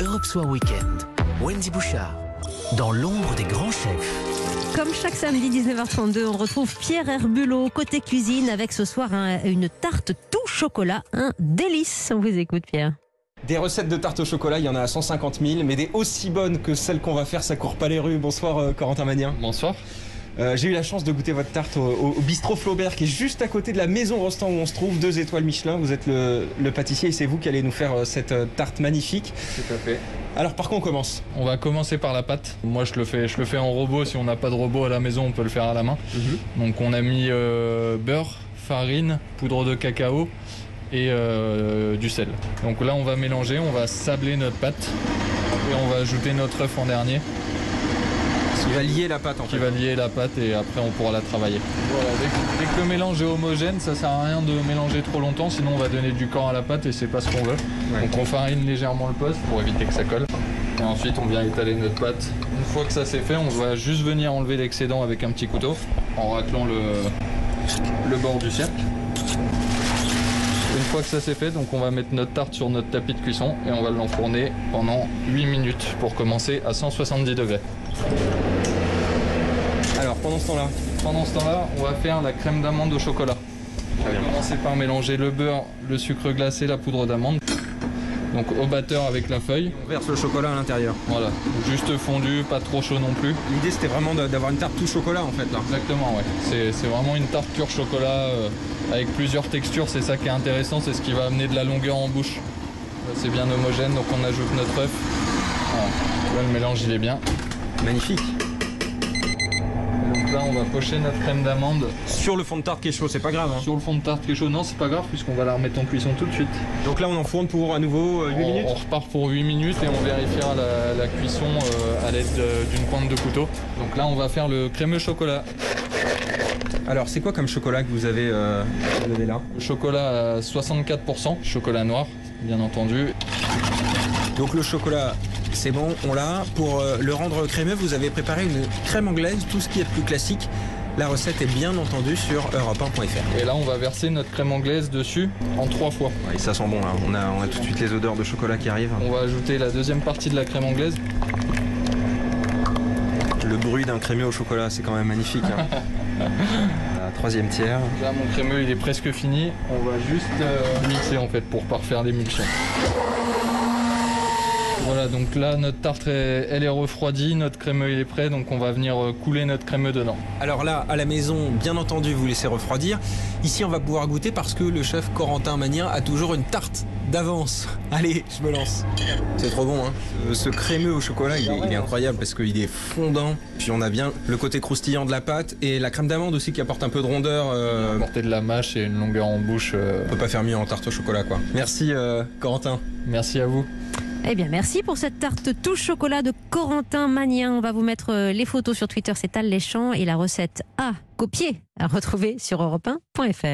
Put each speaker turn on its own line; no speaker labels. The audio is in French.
Europe Soir Weekend. Wendy Bouchard, dans l'ombre des grands chefs.
Comme chaque samedi 19h32, on retrouve Pierre Herbulot côté cuisine avec ce soir un- une tarte tout chocolat, un délice. On vous écoute Pierre.
Des recettes de tarte au chocolat, il y en a à 150 000, mais des aussi bonnes que celles qu'on va faire, ça court pas les rues. Bonsoir euh, Corentin Magnien.
Bonsoir.
Euh, J'ai eu la chance de goûter votre tarte au, au- au bistrot Flaubert, qui est juste à côté de la maison Rostand où on se trouve, deux étoiles Michelin. Vous êtes le, le pâtissier et c'est vous qui allez nous faire euh, cette euh, tarte magnifique.
Tout à fait.
Alors par quoi on commence
On va commencer par la pâte. Moi, je le fais, je le fais en robot. Si on n'a pas de robot à la maison, on peut le faire à la main. Donc, on a mis euh, beurre, farine, poudre de cacao et euh, du sel. Donc là, on va mélanger, on va sabler notre pâte et on va ajouter notre œuf en dernier
Il va lier la pâte en
qui va lier la pâte et après on pourra la travailler. Voilà, dès que, dès que le mélange est homogène, ça sert à rien de mélanger trop longtemps, sinon on va donner du corps à la pâte et c'est pas ce qu'on veut.
Ouais.
Donc on farine légèrement le poste pour éviter que ça colle. Et ensuite on vient étaler notre pâte. Une fois que ça c'est fait, on va juste venir enlever l'excédent avec un petit couteau en raclant le, le bord du cercle. Une fois que ça c'est fait, donc on va mettre notre tarte sur notre tapis de cuisson et on va l'enfourner pendant 8 minutes pour commencer à 170 degrés.
Alors pendant ce temps-là,
Pendant ce temps-là, on va faire la crème d'amande au chocolat. On va commencer par mélanger le beurre, le sucre glacé, la poudre d'amande. Donc au batteur avec la feuille.
on verse le chocolat à l'intérieur.
Voilà, juste fondu, pas trop chaud non plus.
L'idée c'était vraiment de- d'avoir une tarte tout chocolat en fait là.
Exactement, ouais. C'est- C'est vraiment une tarte pure chocolat euh, avec plusieurs textures. C'est ça qui est intéressant, c'est ce qui va amener de la longueur en bouche. Là, C'est bien homogène, donc on ajoute notre œuf. Voilà. Là, le mélange il est bien.
Magnifique.
Et donc là, on va pocher notre crème d'amande
Sur le fond de tarte qui est chaud, c'est pas grave. hein.
sur le fond de tarte quelque chose. Non, c'est pas grave puisqu'on va la remettre en cuisson tout de suite.
Donc là on enfourne pour à nouveau euh, 8
On-
minutes.
On repart pour 8 minutes et on vérifiera la, la cuisson euh, à l'aide euh, d'une pointe de couteau. Donc là, on va faire le crémeux chocolat.
Alors c'est quoi comme chocolat que vous avez, euh, que vous avez là
Le chocolat à 64%, chocolat noir, bien entendu.
Donc le chocolat, c'est bon, on l'a. Pour euh, le rendre crémeux, vous avez préparé une crème anglaise, tout ce qui est plus classique. La recette est bien entendu sur europe1.fr.
Et là, on va verser notre crème anglaise dessus en trois fois.
Et ça sent bon, là. On, a, on a tout de suite les odeurs de chocolat qui arrivent.
On va ajouter la deuxième partie de la crème anglaise.
Le bruit d'un crémeux au chocolat, c'est quand même magnifique. hein. La troisième tiers.
Là, mon crémeux, il est presque fini. On va juste euh, mixer en fait pour parfaire les milkshakes. Voilà, donc là, notre tarte, est- elle est refroidie, notre crémeux, il est prêt, donc on va venir euh, couler notre crémeux dedans.
Alors là, à la maison, bien entendu, vous laissez refroidir. Ici, on va pouvoir goûter parce que le chef Corentin Magnien a toujours une tarte d'avance. Allez, je me lance. C'est trop bon, hein. Ce crémeux au chocolat, il est, il est incroyable parce qu'il est fondant. Puis on a bien le côté croustillant de la pâte et la crème d'amande aussi qui apporte un peu de rondeur. euh,
Porter de la mâche et une longueur en bouche. euh,
on peut pas faire mieux en tarte au chocolat, quoi. Merci, euh, Corentin.
Merci à vous.
Eh bien merci pour cette tarte tout chocolat de Corentin Magnien. On va vous mettre euh, les photos sur Twitter, c'est alléchant et la recette à copier à retrouver sur europe1.fr.